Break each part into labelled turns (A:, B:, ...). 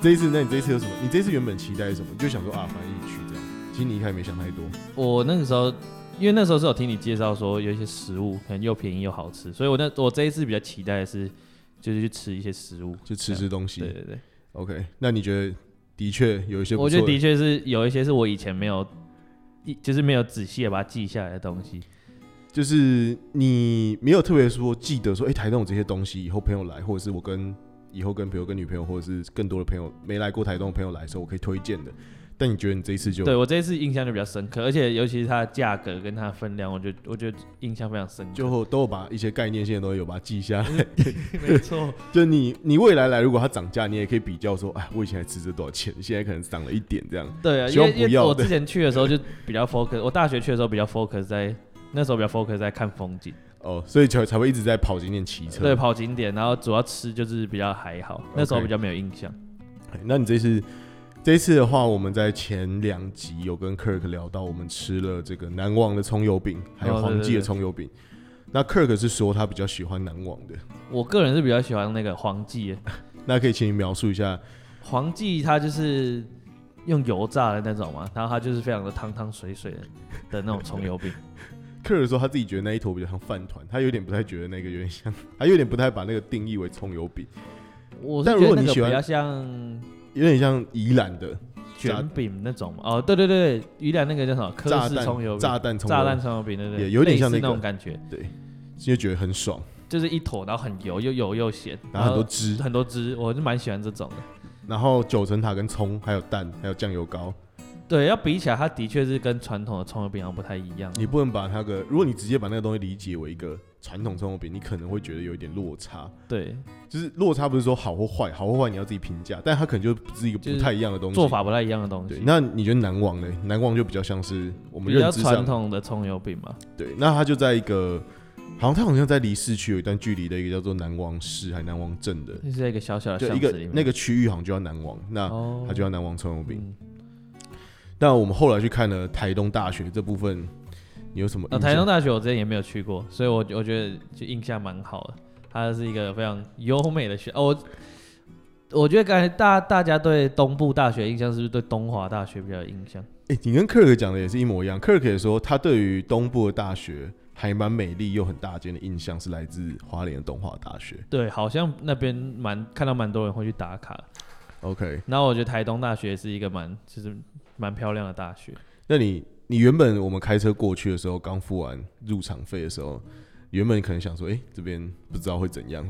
A: 这一次，那你这一次有什么？你这一次原本期待是什么？你就想说啊，反正一起去这样。其实你一开始没想太多，
B: 我那个时候，因为那时候是有听你介绍说有一些食物可能又便宜又好吃，所以我那我这一次比较期待的是就是去吃一些食物。
A: 就吃吃东西。
B: 对对对，
A: OK，那你觉得的确有一些不
B: 我觉得
A: 错的
B: 的确是有一些是我以前没有，一就是没有仔细的把它记下来的东西。
A: 就是你没有特别说记得说，哎、台东有这些东西，以后朋友来，或者是我跟以后跟朋友、跟女朋友，或者是更多的朋友没来过台东的朋友来的时候，我可以推荐的。但你觉得你这一次就
B: 嗯对我这一次印象就比较深刻，而且尤其是它的价格跟它的分量，我觉得我觉得印象非常深刻。
A: 就都有把一些概念性的东西有把它记下来。
B: 没错，
A: 就你你未来来，如果它涨价，你也可以比较说，哎，我以前还吃这多少钱，现在可能涨了一点这样。
B: 对啊，
A: 希
B: 因
A: 望
B: 为因
A: 不
B: 为
A: 要
B: 我
A: 对
B: 之前去的时候就比较 focus，我大学去的时候比较 focus 在那时候比较 focus 在看风景，
A: 哦，所以才才会一直在跑景点骑车。
B: 对，跑景点，然后主要吃就是比较还好，那时候比较没有印象。
A: 哎那你这次这一次的话，我们在前两集有跟 Kirk 聊到，我们吃了这个南王的葱油饼，还有
B: 哦对
A: 黄记
B: 对
A: 的
B: 对
A: 葱油饼。那 Kirk 是说他比较喜欢南王的，
B: 我个人是比较喜欢那个黄记 的，
A: 那可以请你描述一下
B: 黄记它就是用油炸的那种嘛，然后它就是非常的汤汤水水的的那种葱 油饼。
A: Kirk 说他自己觉得那一坨比较像饭团，他有点不太觉得那个有点像， 他有点不太把那个定义为葱油饼，
B: 我是
A: 但
B: 觉
A: 如果
B: 得那
A: 你
B: 个
A: 喜
B: 比
A: 欢
B: 较像
A: 有点像宜兰的炸
B: 卷饼那种嘛。哦，对对对，对宜兰那个叫什么科
A: 炸
B: 氏葱油
A: 弹
B: 饼、
A: 炸弹葱油
B: 炸弹葱油饼，对对对，
A: 也有点像
B: 类似
A: 那
B: 那
A: 个
B: 种感觉，
A: 就觉得很爽，
B: 就是一坨，然后很油，又油又咸，
A: 然后很多汁，
B: 很多汁，我就蛮喜欢这种的。
A: 然后九层塔跟葱还有蛋还有酱油膏，
B: 对，要比起来，它的确是跟传统的葱油饼好像不太一样。
A: 你不能把那个，如果你直接把那个东西理解为一个传统葱油饼，你可能会觉得有一点落差。
B: 对，
A: 就是落差不是说好或坏，好或坏你要自己评价，但它可能就不是一个不太一样的东西。
B: 做法不太一样的东
A: 对，
B: 西。
A: 那你觉得南王呢？南王就比较像是我们
B: 比较
A: 认知
B: 传
A: 上，
B: 统的葱油饼嘛，
A: 对，那它就在一个，好像它好像在离市区有一段距离的一个叫做南王市还南王镇的，
B: 就是在一个小小的
A: 就
B: 巷
A: 一个
B: 子里面。
A: 那个区域好像就叫南王，那
B: 哦，
A: 它就叫南王葱油饼。
B: 嗯
A: 那我们后来去看了台东大学这部分，你有什么
B: 那
A: 印象？
B: 啊台东大学我之前也没有去过，所以我我觉得就印象蛮好的。它是一个非常优美的学哦，我我觉得刚才大大家对东部大学印象是不是对东华大学比较有印象？
A: 哎、你跟 Kirk 讲的也是一模一样。Kirk 也说，他对于东部的大学还蛮美丽又很大间的印象是来自花莲的东华大学。
B: 对，好像那边蛮看到蛮多人会去打卡。
A: OK，
B: 然后我觉得台东大学是一个蛮就是蛮漂亮的大学。
A: 那你你原本我们开车过去的时候，刚付完入场费的时候，原本可能想说，哎、这边不知道会怎 样，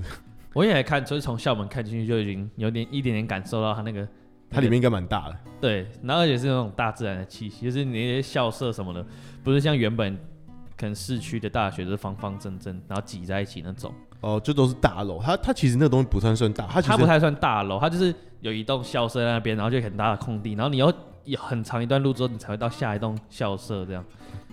B: 我也看，就是从校门看进去就已经有点一点点感受到它那个
A: 它里面应该蛮大的。
B: 对，然后而且是那种大自然的气息，就是你那些校舍什么的，不是像原本可能市区的大学就是方方正正，然后挤在一起那种。
A: 哦，这都是大楼，它它其实那东西不算算大，它其
B: 它不
A: 实
B: 太算大楼，它就是有一栋校舍在那边，然后就有很大的空地，然后你又有很长一段路之后，你才会到下一栋校舍，这样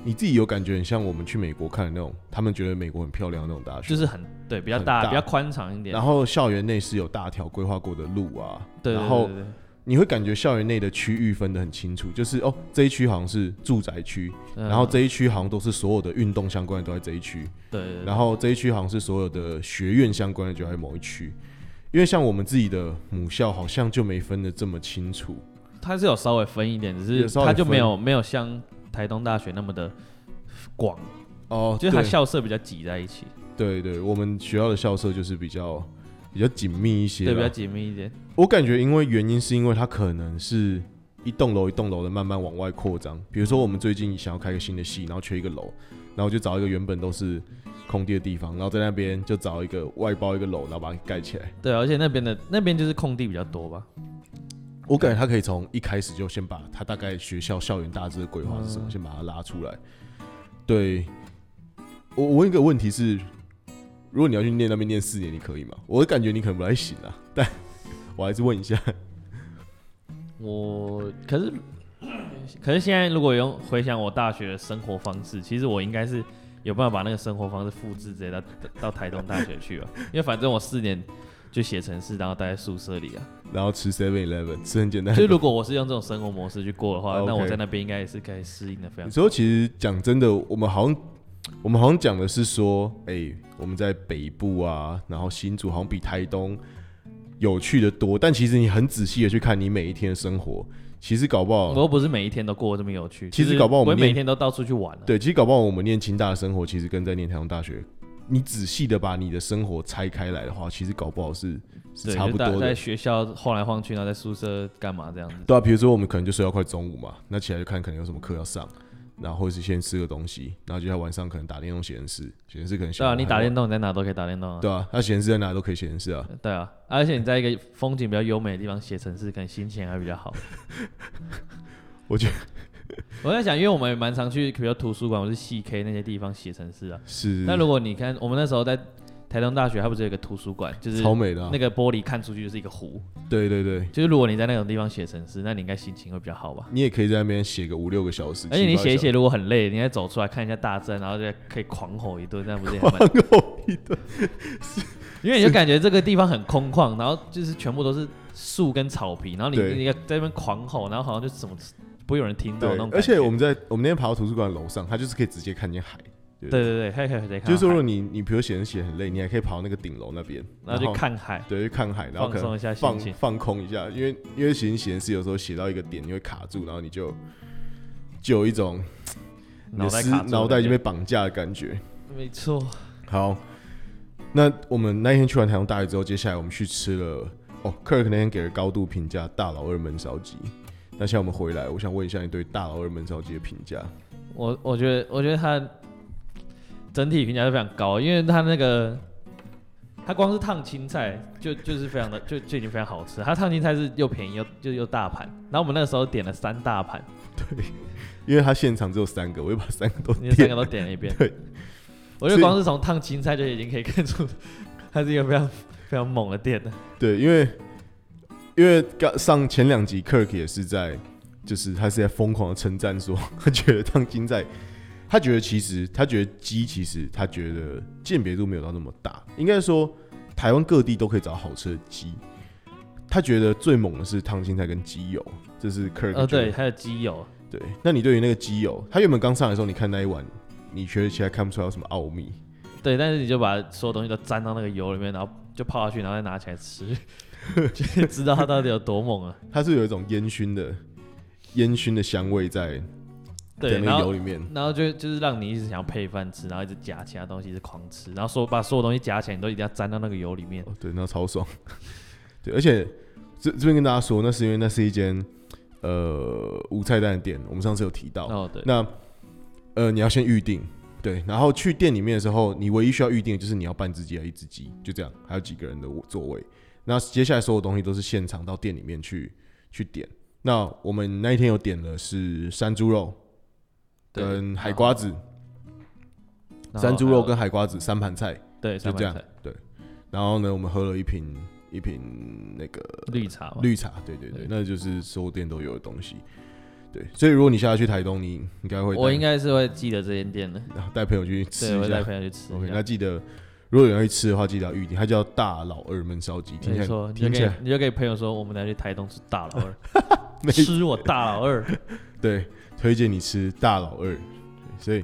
A: 你自己有感觉很像我们去美国看的那种，他们觉得美国很漂亮的那种大学
B: 就。是很对，比较
A: 很
B: 大，
A: 大
B: 比较宽敞一点。
A: 然后校园内是有大条规划过的路啊，
B: 对，对
A: 然后
B: 对对对
A: 你会感觉校园内的区域分得很清楚，就是哦，这一区好像是住宅区，
B: 嗯
A: 然后这一区好像都是所有的运动相关的都在这一区，
B: 对对对
A: 然后这一区好像是所有的学院相关的就在某一区。因为像我们自己的母校好像就没分得这么清楚，
B: 它是有稍微分一点，只
A: 有
B: 是
A: 稍微
B: 它就
A: 分
B: 没有没有像台东大学那么的广，
A: 哦
B: 就是它校舍比较挤在一起，
A: 对对对，我们学校的校舍就是比较比较紧密一些啦，
B: 对，比较紧密一点。
A: 我感觉，因为原因是因为它可能是一栋楼一栋楼的慢慢往外扩张。比如说，我们最近想要开一个新的系，然后缺一个楼，然后就找一个原本都是空地的地方，然后在那边就找一个外包一个楼，然后把它盖起来。
B: 对，而且那边的那边就是空地比较多吧。
A: 我感觉它可以从一开始就先把它大概学校校园大致的规划是什么，
B: 嗯
A: 先把它拉出来。对，我我问一个问题是，如果你要去念那边念四年，你可以吗？我感觉你可能不太行啊，但我还是问一下。
B: 我可是可是现在如果用回想我大学的生活方式，其实我应该是有办法把那个生活方式复制直接到到台东大学去吧，因为反正我四年就写程式，然后待在宿舍里啊。
A: 然后吃 Seven Eleven 吃很简单的
B: 所以如果我是用这种生活模式去过的话，
A: OK
B: 那我在那边应该也是可以适应的
A: 有
B: 非常。
A: 时候其实讲真的，我们好像我们好像讲的是说，哎、我们在北部啊，然后新竹好像比台东有趣的多。但其实你很仔细的去看你每一天的生活，其实搞不好
B: 我又不是每一天都过得这么有趣，
A: 哦其实
B: 就是
A: 搞不好我
B: 我
A: 们
B: 也每
A: 念
B: 天都到处去玩啊了。
A: 对，其实搞不好我们念清大的生活，其实跟在念台中大学，你仔细的把你的生活拆开来的话，其实搞不好是是
B: 对，
A: 差不
B: 就大
A: 多
B: 在
A: 的。
B: 学校晃来晃去，然后在宿舍干嘛这样子？
A: 对啊，比如说我们可能就睡到快中午嘛，那起来就看可能有什么课要上，然后或是先吃个东西，然后就在晚上可能打电动显示，显示可能
B: 对啊，你打电
A: 动，
B: 动你在哪都可以打电动啊。
A: 对啊，那显示在哪都可以显示啊。。
B: 对啊，而且你在一个风景比较优美的地方写程式，可能心情还比较好
A: 我觉
B: 得 我在想，因为我们也蛮常去，比如图书馆或是细 K 那些地方写程式啊。
A: 是，
B: 那如果你看，我们那时候在台东大学，它不是有一个图书馆，就是
A: 超美的、啊，
B: 那个玻璃看出去就是一个湖。
A: 对对对，
B: 就是如果你在那种地方写程式，那你应该心情会比较好吧？
A: 你也可以在那边写个五六个小时，
B: 而且你
A: 七八个
B: 写一
A: 小时
B: 写，如果很累，你再走出来看一下大正，然后就可以狂吼一顿，那不是 也蛮？因为你就感觉这个地方很空旷，然后就是全部都是树跟草皮，然后你
A: 对
B: 你在那边狂吼，然后好像就什么不会有人听到
A: 对
B: 那种，感觉。
A: 而且我们在我们那天爬到图书馆楼上，它就是可以直接看见海。对
B: 对对对，还可以可以看到海，
A: 就是说，如果你你比如写人写很累，你还可以跑到那个顶楼那边，
B: 然后就看海，
A: 对，去看海，然后
B: 放
A: 可能
B: 松一下心
A: 放
B: 情。
A: 放空一下，因为因为写人写是有时候写到一个点你会卡住，然后你就就有一种你
B: 脑
A: 的
B: 袋
A: 思
B: 卡住，
A: 脑袋已经被绑架的感觉。
B: 没错，
A: 好，那我们那天去完台中大学之后，接下来我们去吃了哦，Kirk 那天给了高度评价大老二焖烧鸡。那现在我们回来，我想问一下你对大老二焖烧鸡的评价。
B: 我我觉得我觉得它整体评价是非常高，因为它那个它光是烫青菜就就是非常的就就已经非常好吃，它烫青菜是又便宜又就又大盘，然后我们那个时候点了三大盘，
A: 因为他现场只有三个，我就把三个都
B: 你三
A: 点
B: 个。都点了一遍。
A: 对，
B: 我觉得光是从烫青菜就已经可以看出，它是一个非常非常猛的店了。
A: 对，因为因为刚上前两集 Kirk 也是在，就是他是在疯狂的称赞说，他觉得烫金在，他觉得其实他觉得鸡其实他觉得鉴别度没有到那么大，应该说台湾各地都可以找到好吃的鸡。他觉得最猛的是烫青菜跟鸡油，这是 Kirk
B: 呃，
A: 觉得
B: 对，还有鸡油，
A: 对，那你对于那个鸡油，他原本刚上来的时候，你看那一碗，你觉得其实还看不出来有什么奥秘。
B: 对，但是你就把所有东西都沾到那个油里面，然后就泡下去，然后再拿起 来吃，就知道它到底有多猛啊！
A: 它是有一种烟熏的烟熏的香味在在
B: 对，
A: 那
B: 然
A: 个油
B: 后
A: 里面。
B: 然后就就是让你一直想要配饭吃，然后一直夹其他东西，一直狂吃，然后说把所有东西夹起来，你都一定要沾到那个油里面。
A: 哦，对，那超爽。对，而且这这边跟大家说，那是因为那是一间呃无菜单的店，我们上次有提到。
B: 哦，对，
A: 那呃，你要先预定，对，然后去店里面的时候，你唯一需要预定的就是你要半只鸡还是一只鸡，就这样，还有几个人的座位。那接下来所有东西都是现场到店里面去去点。那我们那一天有点的是山猪肉
B: 对
A: 跟海瓜子，
B: 然后
A: 山猪肉跟
B: 还
A: 海瓜子三盘菜。
B: 有对，
A: 就
B: 三
A: 这样
B: 盘菜
A: 然后呢，我们喝了一瓶一瓶那个
B: 绿茶嘛，
A: 绿茶，对对对，
B: 哦对
A: 那就是所有店都有的东西。对，所以如果你下次去台东，你应该会带
B: 我应该是会记得这间店的，
A: 啊带朋友去吃
B: 对，我
A: 一
B: 会带
A: 下。
B: 朋友去吃
A: OK，
B: 一下。
A: 那记得如果有人会吃的话，记得要预定，它叫大老二焖烧鸡，听
B: 没
A: 起
B: 错，
A: 来
B: 你就
A: 听起
B: 给
A: 来
B: 你就给朋友说，我们等下去台东吃大老二，
A: 没
B: 吃我大老二。
A: 对，推荐你吃大老二。对所以，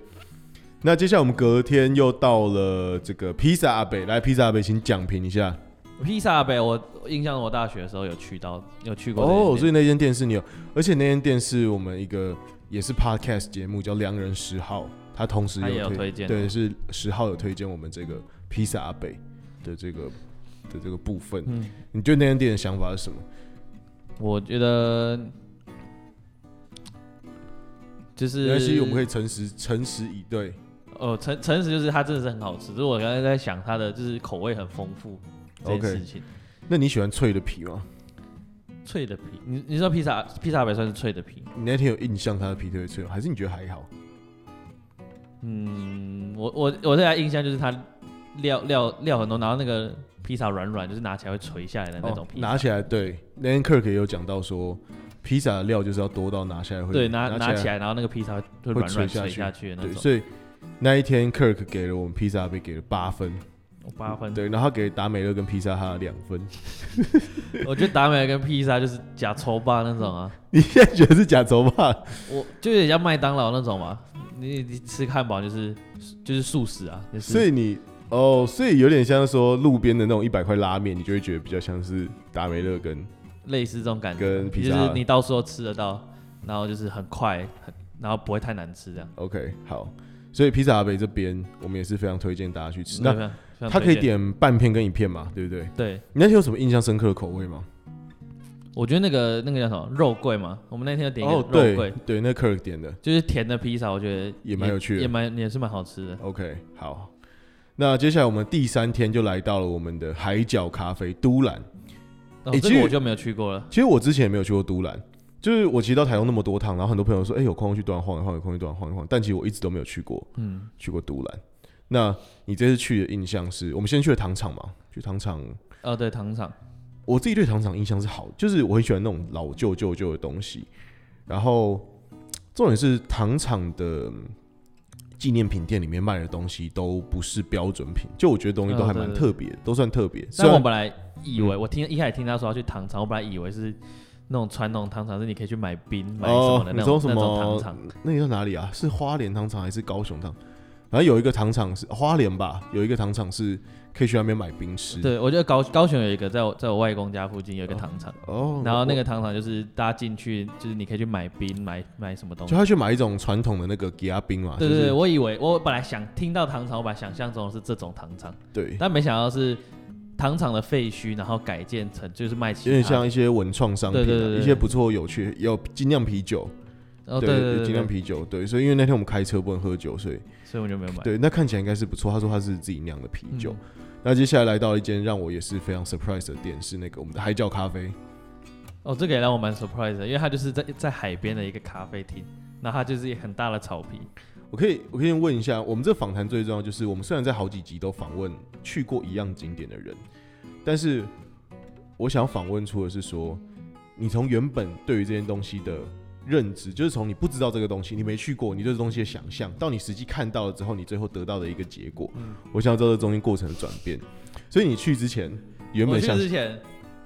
A: 那接下来我们隔天又到了这个披萨阿北，来披萨阿北，请讲评一下
B: 披萨呗，我我印象中我大学的时候有去到，有去过
A: 哦。所
B: 以
A: 以那间店是你有，而且那间店是我们一个也是 podcast 节目叫《良人十号》，他同时
B: 他也有
A: 推
B: 推荐。哦
A: 对，是十号有推荐我们这个披萨阿北的这个的这个部分。
B: 嗯，
A: 你对那间店的想法是什么？
B: 我觉得就
A: 没关系，
B: 是
A: 我们可以诚实诚实以对。
B: 哦，诚诚实就是它真的是很好吃，只是我刚才在想它的就是口味很丰富这件
A: OK
B: 事情。
A: 那你喜欢脆的皮吗？
B: 脆的皮，你你说披萨披萨呗算是脆的皮？
A: 你那天有印象它的皮特别脆吗，还是你觉得还好？
B: 嗯，我我我对他印象就是他料料料很多，然后那个披萨软软，就是拿起来会垂下来的那种
A: 哦
B: 披萨。
A: 拿起来，对，那天 Kirk 也有讲到说，披萨的料就是要多到拿下来会
B: 对，拿拿
A: 拿
B: 起来，然后那个披萨会
A: 会
B: 软
A: 垂
B: 软
A: 下
B: 垂
A: 去
B: 下去的那
A: 对，
B: 种。
A: 所以那一天 Kirk 给了我们披萨被给了八分，
B: 八分，
A: 对，然后他给达美乐跟披萨哈两分。
B: 我觉得达美乐跟披萨就是假抽霸那种啊，
A: 你现在觉得是假轴吧？
B: 我就有点像麦当劳那种嘛。你你吃汉堡就是就是素食啊，就是
A: 所以你哦，所以有点像说路边的那种一百块拉面，你就会觉得比较像是达美乐跟
B: 类似这种感觉，
A: 跟
B: 就
A: 披萨啊
B: 是你到时候吃得到，然后就是很快，很然后不会太难吃这样。
A: OK 好。所以披萨阿北这边我们也是非常推荐大家去吃。那
B: 那
A: 它可以，点半片跟一片嘛，对不对？
B: 对
A: 你那天有什么印象深刻的口味吗？
B: 我觉得那个那个叫什么肉桂嘛，我们那天有点一个
A: 哦，
B: 肉桂，
A: 对对，那 Kirk 点的。
B: 就是甜的披萨，我觉得
A: 也蛮有趣的
B: 也蛮也是蛮好吃的。
A: OK，好。那接下来我们第三天就来到了我们的海角咖啡都兰。
B: 哦，
A: 欸
B: 这
A: 其
B: 个
A: 实
B: 我就没有去过了。
A: 其实我之前也没有去过都兰，就是我骑到台东那么多趟，然后很多朋友说，哎、有空去都兰晃一晃，有空去都兰晃一晃，但其实我一直都没有去过，
B: 嗯，
A: 去过都兰。那你这次去的印象是我们先去了糖厂嘛？去糖厂，
B: 哦，对，糖厂，
A: 我自己对糖厂印象是好，就是我很喜欢那种老旧旧旧的东西。然后重点是糖厂的嗯纪念品店里面卖的东西都不是标准品，就我觉得东西都
B: 哦
A: 还
B: 对
A: 蛮
B: 对
A: 特别的，都算特别。虽
B: 但我
A: 然嗯
B: 本来以为，我听一开始听他说要去糖厂，我本来以为是那种传统糖厂，是你可以去买冰买什么的
A: 哦
B: 那
A: 你说
B: 种
A: 什么
B: 那种糖厂。
A: 那个叫哪里啊？是花莲糖厂还是高雄糖？反正有一个糖厂是花莲吧，有一个糖厂是可以去那边买冰吃。，
B: 对，我觉得高高雄有一个，在我在我外公家附近有一个糖厂，
A: 嗯哦，
B: 然后那
A: 我
B: 个糖厂就是大家进去，就是你可以去买冰买买什么东西
A: 就。他去买一种传统的那个吉亚冰嘛，
B: 对
A: 就
B: 对
A: 是
B: 对，我以为我本来想听到糖厂，我本来想象中的是这种糖厂，
A: 对，
B: 但没想到是糖厂的废墟，然后改建成就是卖其他
A: 有点像一些文创商品、啊，
B: 对对对对
A: 一些不错有趣，有精酿啤酒，
B: 哦
A: 对
B: 对
A: 精
B: 对对
A: 酿，啤酒，对，所以因为那天我们开车不能喝酒，所以
B: 所以我就没有买。
A: 对，那看起来应该是不错。他说他是自己酿的啤
B: 嗯
A: 酒。那接下来来到一间让我也是非常 surprise 的店，是那个我们的海角咖啡。
B: 哦，这个也让我蛮 surprise 的，因为它就是在在海边的一个咖啡厅，那它就是一个很大的草皮。
A: 我可以，我可以问一下，我们这访谈最重要就是，我们虽然在好几集都访问去过一样景点的人，但是我想访问出的是说，你从原本对于这件东西的认知，就是从你不知道这个东西，你没去过，你对这东西的想象，到你实际看到了之后，你最后得到的一个结果。
B: 嗯
A: 我想要知道这中间过程的转变。所以你去之前，原
B: 我
A: 本
B: 去
A: 想，
B: 之前，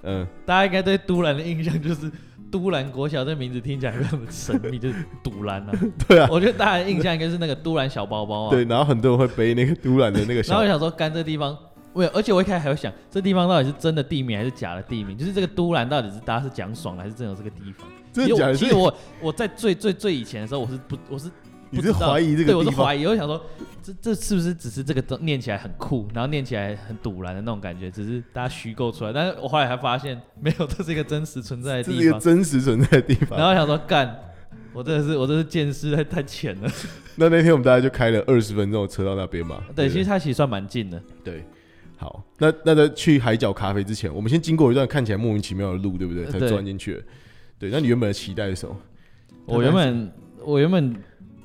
A: 嗯，
B: 大家应该对都兰的印象就是都兰国小这名字听起来非常的神秘，就是都兰啊。
A: 对啊，
B: 我觉得大家的印象应该是那个都兰小包包啊。
A: 对，然后很多人会背那个都兰的那个
B: 然后
A: 小
B: 我，想说，干这地方没有，而且我一开始还有想，这地方到底是真的地名还是假的地名？就是这个都兰到底是大家是讲爽了，还是真的有这个地方？
A: 真的
B: 因为
A: 假
B: 我
A: 的？
B: 其
A: 是
B: 实我我在最最最以前的时候，我是不我是
A: 你
B: 不
A: 是
B: 知道
A: 怀疑这
B: 对
A: 个
B: 我是
A: 地方？
B: 怀疑，我想说这这是不是只是这个都念起来很酷，然后念起来很堵然的那种感觉，只是大家虚构出来。但是我后来还发现，没有，这是一个真实存在的
A: 这是
B: 地
A: 一个
B: 方。
A: 真实存在的地方。
B: 然后我想说干，我真的是我真的是见识太太浅了。
A: 那那天我们大概就开了二十分钟的车到那边嘛。
B: 对，
A: 不
B: 其实它其实算蛮近的。
A: 对。好，那那在去海角咖啡之前，我们先经过一段看起来莫名其妙的路，对不对？
B: 呃
A: 才
B: 对
A: 钻进去的。对，那你原本的期待是什么？
B: 我原本我原本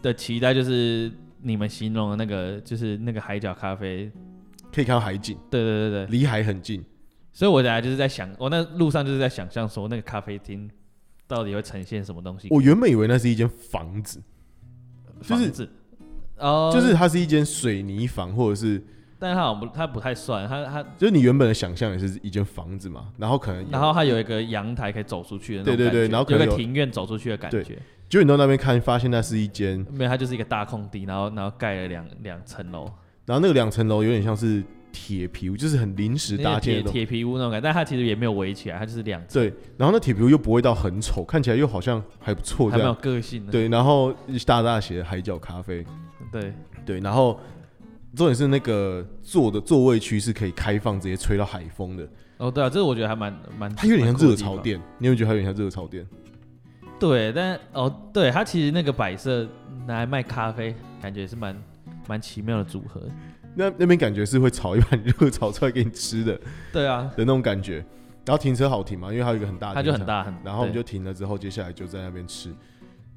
B: 的期待就是你们形容的那个，就是那个海角咖啡。
A: 可以看到海景，
B: 对对对对，
A: 离海很近。
B: 嗯所以我等下就是在想，我那路上就是在想象说那个咖啡厅到底会呈现什么东西。
A: 我原本以为那是一间房子，就是
B: 房子哦，
A: 就是，它是一间水泥房，或者是
B: 但是它好像不，它不太算，它它，
A: 就是你原本的想象也是一间房子嘛。然后可能有
B: 然后它有一个阳台可以走出去的那
A: 对
B: 种
A: 对
B: 感觉，
A: 对然后可能
B: 有
A: 有
B: 个庭院走出去的感觉，
A: 结果你到那边看，发现那是一间，
B: 没有，它就是一个大空地，然后然后盖了两两层楼，
A: 然后那个两层楼有点像是铁皮屋，就是很临时
B: 那个
A: 搭建
B: 铁
A: 的东
B: 铁皮屋那种感觉，但它其实也没有围起来，它就是两层，
A: 对，然后那铁皮屋又不会到很丑，看起来又好像还不错
B: 还
A: 这
B: 蛮有
A: 样。
B: 个性的，
A: 对，然后大大写的海角咖啡，
B: 对
A: 对，然后重点是那个坐的座位区是可以开放直接吹到海风的，
B: 哦对啊，这个我觉得还蛮蛮，
A: 它有点像
B: 蛮酷的
A: 热
B: 地方
A: 潮，店，你有没有觉得它有点像热潮店？
B: 对，但哦对，它其实那个摆设拿来卖咖啡，感觉也是蛮蛮奇妙的组合，
A: 那那边感觉是会炒一碗热炒出来给你吃的的
B: 对啊，
A: 那种感觉，然后停车好停嘛，因为它有一个很大的，
B: 它就很，大很，
A: 然后我们就
B: 对
A: 停了之后，接下来就在那边吃。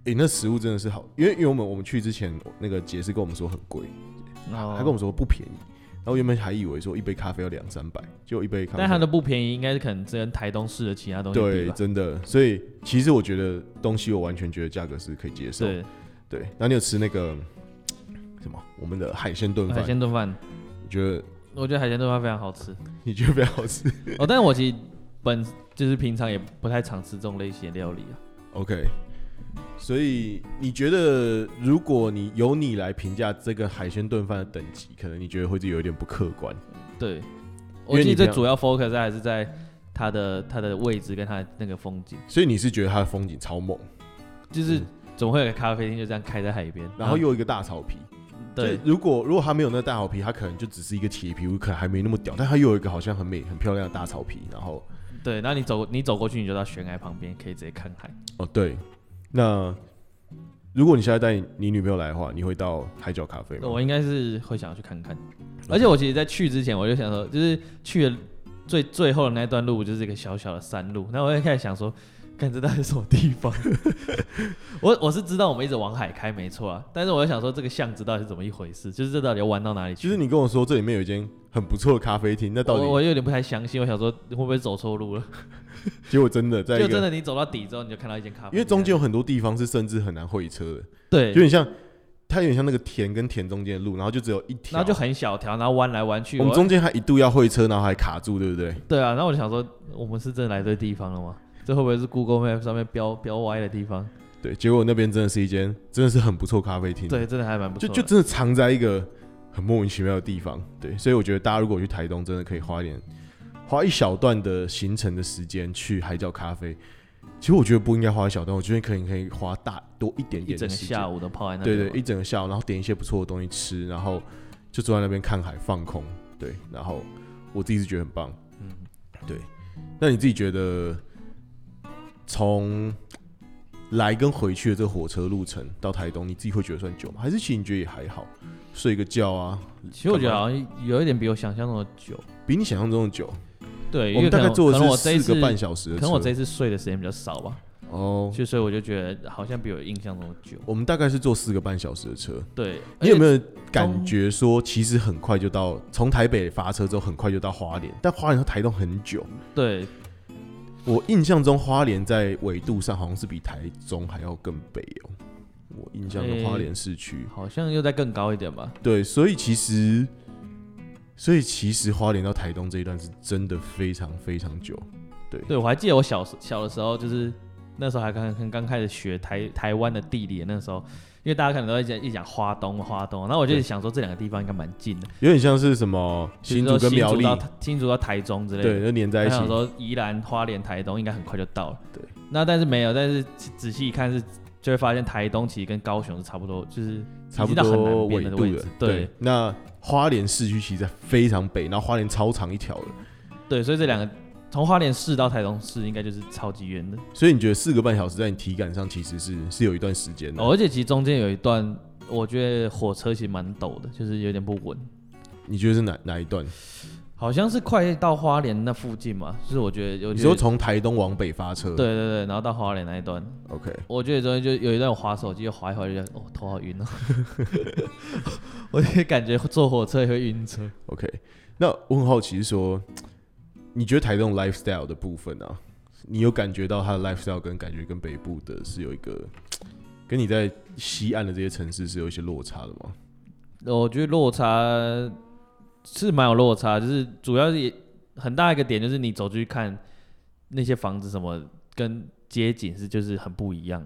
A: 诶，那食物真的是好，因为因为我们我们去之前，那个杰是跟我们说很贵，
B: 哦
A: 他跟我们说不便宜，然后原本还以为说一杯咖啡要两三百，结果一杯咖啡，
B: 但它都不便宜，应该是可能跟台东市的其他东西比
A: 对，
B: 吧。
A: 真的，所以其实我觉得东西我完全觉得价格是可以接受，
B: 对，
A: 对。那你有吃那个什么我们的海鲜炖
B: 海
A: 饭？
B: 鲜炖饭，
A: 你觉得
B: 我觉得海鲜炖饭非常好吃。
A: 你觉得比较好吃
B: 哦，但是我其实本就是平常也不太常吃这种类型的料理啊。
A: ？OK，所以你觉得，如果你由你来评价这个海鲜炖饭的等级，可能你觉得会是有一点不客观。
B: 对，
A: 因
B: 我
A: 为
B: 记
A: 你
B: 得最
A: 平常
B: 主要 focus 在还是在它的它的位置跟它的那个风景，
A: 所以你是觉得它的风景超猛，
B: 就是
A: 嗯
B: 总会有个咖啡厅就这样开在海边，啊
A: 然后又有一个大草皮。
B: 嗯对
A: 就，如果如果它没有那大草皮，它可能就只是一个铁皮屋，可能还没那么屌，但它又有一个好像很美、很漂亮的大草皮。然后，
B: 对，然后你走你走过去，你就到悬崖旁边，可以直接看海。
A: 哦对，那如果你现在带你女朋友来的话，你会到海角咖啡吗？
B: 我应该是会想要去看看，而且我其实，在去之前我就想说，就是去的最最后的那段路就是一个小小的山路，那我就开始想说，看这到底是什么地方？ 我我是知道我们一直往海开没错啊，但是我就想说这个巷子到底是怎么一回事？就是这到底要弯到哪里去？
A: 就是你跟我说这里面有一间很不错的咖啡厅，那到
B: 我我
A: 底
B: 有点不太相信，我想说会不会走错路了？
A: 结果真的在一
B: 就
A: 个，
B: 真的你走到底之后，你就看到一间咖啡店，
A: 因为中间有很多地方是甚至很难会车的，
B: 对
A: 有，点像它有点像那个田跟田中间的路，然后就只有一条，
B: 然后就很小条，然后弯来弯去。
A: 我们
B: 我
A: 中间还一度要会车，然后还卡住，对不对？
B: 对啊，然后我就想说，我们是真的来对地方了吗？这会不会是 Google Map 上面标标歪的地方？
A: 对，结果那边真的是一间真的是很不错咖啡厅，，
B: 对，真的还蛮不
A: 就
B: 错
A: 就
B: 的。
A: 真的藏在一个很莫名其妙的地方，对，所以我觉得大家如果去台东，真的可以花一点花一小段的行程的时间去海角咖啡。其实我觉得不应该花一小段，我觉得可以可以花大多一点
B: 一
A: 点
B: 整
A: 的
B: 个
A: 时间，
B: 下午都泡在那
A: 对
B: 边
A: 对
B: 嘛。，
A: 一整个下午，然后点一些不错的东西吃，然后就坐在那边看海放空，对，然后我自己是觉得很棒，
B: 嗯，
A: 那你自己觉得，从来跟回去的这个火车路程到台东，你自己会觉得算久吗？还是其实你觉得也还好，睡个觉啊？
B: 其实我觉得
A: 干嘛
B: 好像有一点比我想象中的久。
A: 比你想象中的久。我
B: 对，因为
A: 们大
B: 可
A: 概
B: 能
A: 坐
B: 可能
A: 的
B: 我这一
A: 是四
B: 次，
A: 个半
B: 可
A: 小时的车。
B: 能我这一次睡的时间比较少吧，
A: 哦，
B: 就所以我就觉得好像比我印象中的久。
A: 我们大概是坐四个半小时的车。
B: 对，
A: 你有没
B: 有？
A: 有感觉说，其实很快就到，从台北发车之后很快就到花莲，但花莲到台东很久。
B: 对，
A: 我印象中花莲在纬度上好像是比台中还要更北哦。我印象中花
B: 诶
A: 莲市区。
B: 好像又再更高一点吧。
A: 对，所以其实，所以其实花莲到台东这一段是真的非常非常久。
B: 对，我还记得我小时小的时候，就是那时候还刚刚刚开始学台台湾的地理，那时候。因为大家可能都在讲一直讲花东，花东，然后我就
A: 对
B: 想说这两个地方应该蛮近的，
A: 有点像是什么新
B: 比
A: 竹
B: 如说
A: 跟苗
B: 新
A: 栗
B: 竹，到新竹到台中之类的
A: 对，，就连在一
B: 我
A: 起
B: 想。说宜兰、花莲、台东应该很快就到了。
A: 对，
B: 那但是没有，但是仔仔细一看是就会发现台东其实跟高雄是差不多，就是
A: 差不
B: 已经到很
A: 多
B: 南
A: 纬
B: 边的
A: 度
B: 位
A: 的
B: 置。，对，
A: 那花莲市区其实非常北，然后花莲超长一条的，
B: 对，所以这两个从花莲市到台东市应该就是超级远的。
A: 所以你觉得四个半小时在你体感上其实是是有一段时间的。
B: 哦，而且其实中间有一段，我觉得火车其实蛮陡的，就是有点不稳。
A: 你觉得是哪哪一段？
B: 好像是快到花莲那附近嘛，就是我觉得有
A: 你说
B: 点
A: 从台东往北发车？
B: 对对对，然后到花莲那一段，
A: ，OK。
B: 我觉得中间就有一段我滑手机，就滑一滑就觉得哦头好晕哦， 我也感觉坐火车也会晕车。
A: OK，那我很好奇是说，你觉得台东 lifestyle 的部分啊，你有感觉到它的 lifestyle 跟感觉跟北部的是有一个，跟你在西岸的这些城市是有一些落差的吗？
B: 我觉得落差是蛮有落差，就是主要是也很大一个点就是你走出去看那些房子什么跟街景是就是很不一样，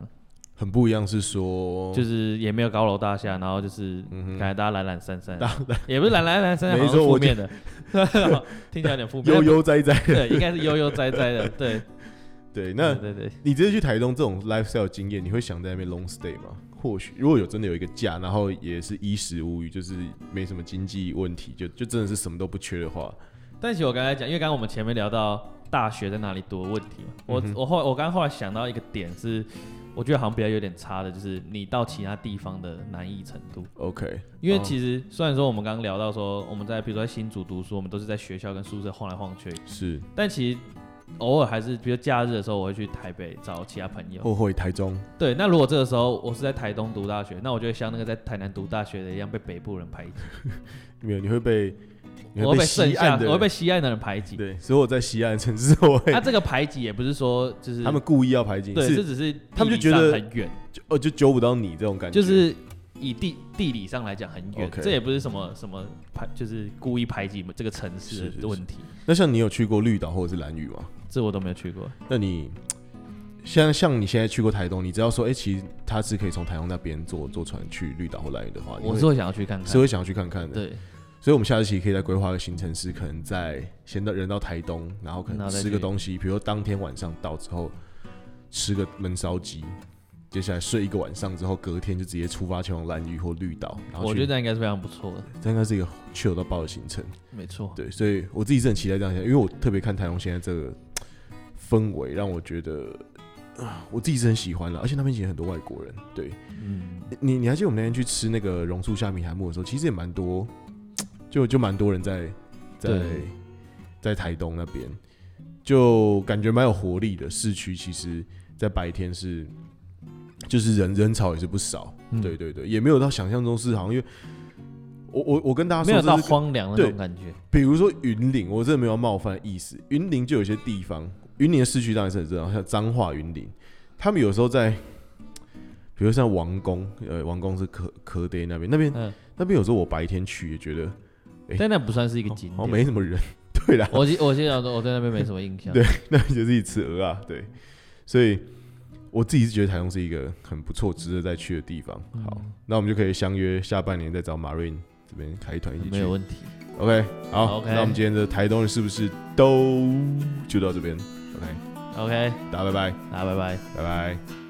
A: 很不一样是说，
B: 就是也没有高楼大厦，然后就是。感觉大家懒懒散散
A: 嗯 大，
B: 也不是懒懒懒散散，
A: 没
B: 好像
A: 错
B: 负
A: 我觉
B: 面的， 听起来有点负 面。
A: 悠悠哉哉。
B: 对，应该是悠悠哉哉的，对。
A: 对， 那
B: 对对对
A: 你直接去台东这种 lifestyle 经验，你会想在那边 long stay 吗？或许如果有真的有一个假，然后也是衣食无余，就是没什么经济问题，就就真的是什么都不缺的话，
B: 但其实我刚才讲，因为刚刚我们前面聊到大学在哪里读的问题嘛，我、
A: 嗯哼
B: 我后我刚刚后来想到一个点是，我觉得好像比较有点差的，就是你到其他地方的难易程度。
A: OK，
B: 因为
A: 哦
B: 其实、虽然说我们刚刚聊到说我们在比如说在新竹读书，我们都是在学校跟宿舍晃来晃去，
A: 是
B: 但其实偶尔还是比如假日的时候，我会去台北找其他朋友。
A: 或回台中，
B: 对，那如果这个时候我是在台东读大学，那我就会像那个在台南读大学的一样被北部人排挤，
A: 没有，你会被你
B: 我会被剩
A: 西
B: 下
A: 岸，的
B: 我会被西岸的人排挤。啊
A: 对，所以我在西岸城市，我 会、
B: 那、这个排挤也不是说就是
A: 他们故意要排挤你，
B: 对，这
A: 是
B: 只是
A: 他们就
B: 地理
A: 觉
B: 上
A: 得
B: 很远，
A: 就哦就揪不到你这种感觉，
B: 就是以地地理上来讲很远
A: OK
B: 这也不是什么什么排，就是故意排挤这个城市
A: 是是
B: 的问题，
A: 那像你有去过绿岛或者是蓝屿吗？
B: 这我都没有去过。
A: 那你像像你现在去过台东，你知道说，哎、其实它是可以从台东那边坐坐船去绿岛或蓝屿的话，你
B: 我
A: 会
B: 是会想要去看
A: 是
B: 看。
A: 会想要去看看的。
B: 对，
A: 所以我们下一期可以再规划个行程，是可能在先到人到台东，然后可
B: 然
A: 能
B: 后再
A: 吃个
B: 去
A: 东西，比如说当天晚上到之后吃个焖烧鸡，接下来睡一个晚上之后，隔天就直接出发前往蓝屿或绿岛。然后
B: 我
A: 去
B: 觉得这样应该是非常不错的，
A: 这应该是一个去有到爆的行程。
B: 没错。
A: 对，所以我自己是很期待这样的，因为我特别看台东现在这个氛围，让我觉得啊我自己是很喜欢了，而且那边其实很多外国人。对，
B: 嗯，
A: 你你还记得我们那天去吃那个榕树下米海木的时候，其实也蛮多，就就蛮多人在在
B: 对
A: 在台东那边，就感觉蛮有活力的。市区其实，在白天是就是人人潮也是不少，
B: 嗯
A: 对对对，也没有到想象中是好像因为。我我我跟大家
B: 没有
A: 说，
B: 到
A: 这是
B: 荒凉那种感觉。
A: 比如说云林，我真的没有冒犯的意思。云林就有些地方，云林的市区当然是很热闹，啊像彰化云林，他们有时候在，比如像王宫，呃，王宫是科科爹那边，那边、
B: 嗯
A: 那边有时候我白天去也觉得对
B: 但那不算是一个
A: 好
B: 景
A: 好像
B: 点。
A: 没什么人，对啊啦，
B: 我记我记得我对那边没什么印象。
A: 对那边就自己吃鹅啊，对，所以我自己是觉得台东是一个很不错、值得再去的地方。
B: 嗯
A: 好，那我们就可以相约下半年再找马瑞这边开团一起去。
B: 没有问题。
A: OK，好
B: OK
A: 那我们今天的台东人是不是都就到这边？OK，
B: OK，
A: 大家拜拜，
B: 那拜拜。
A: 拜拜。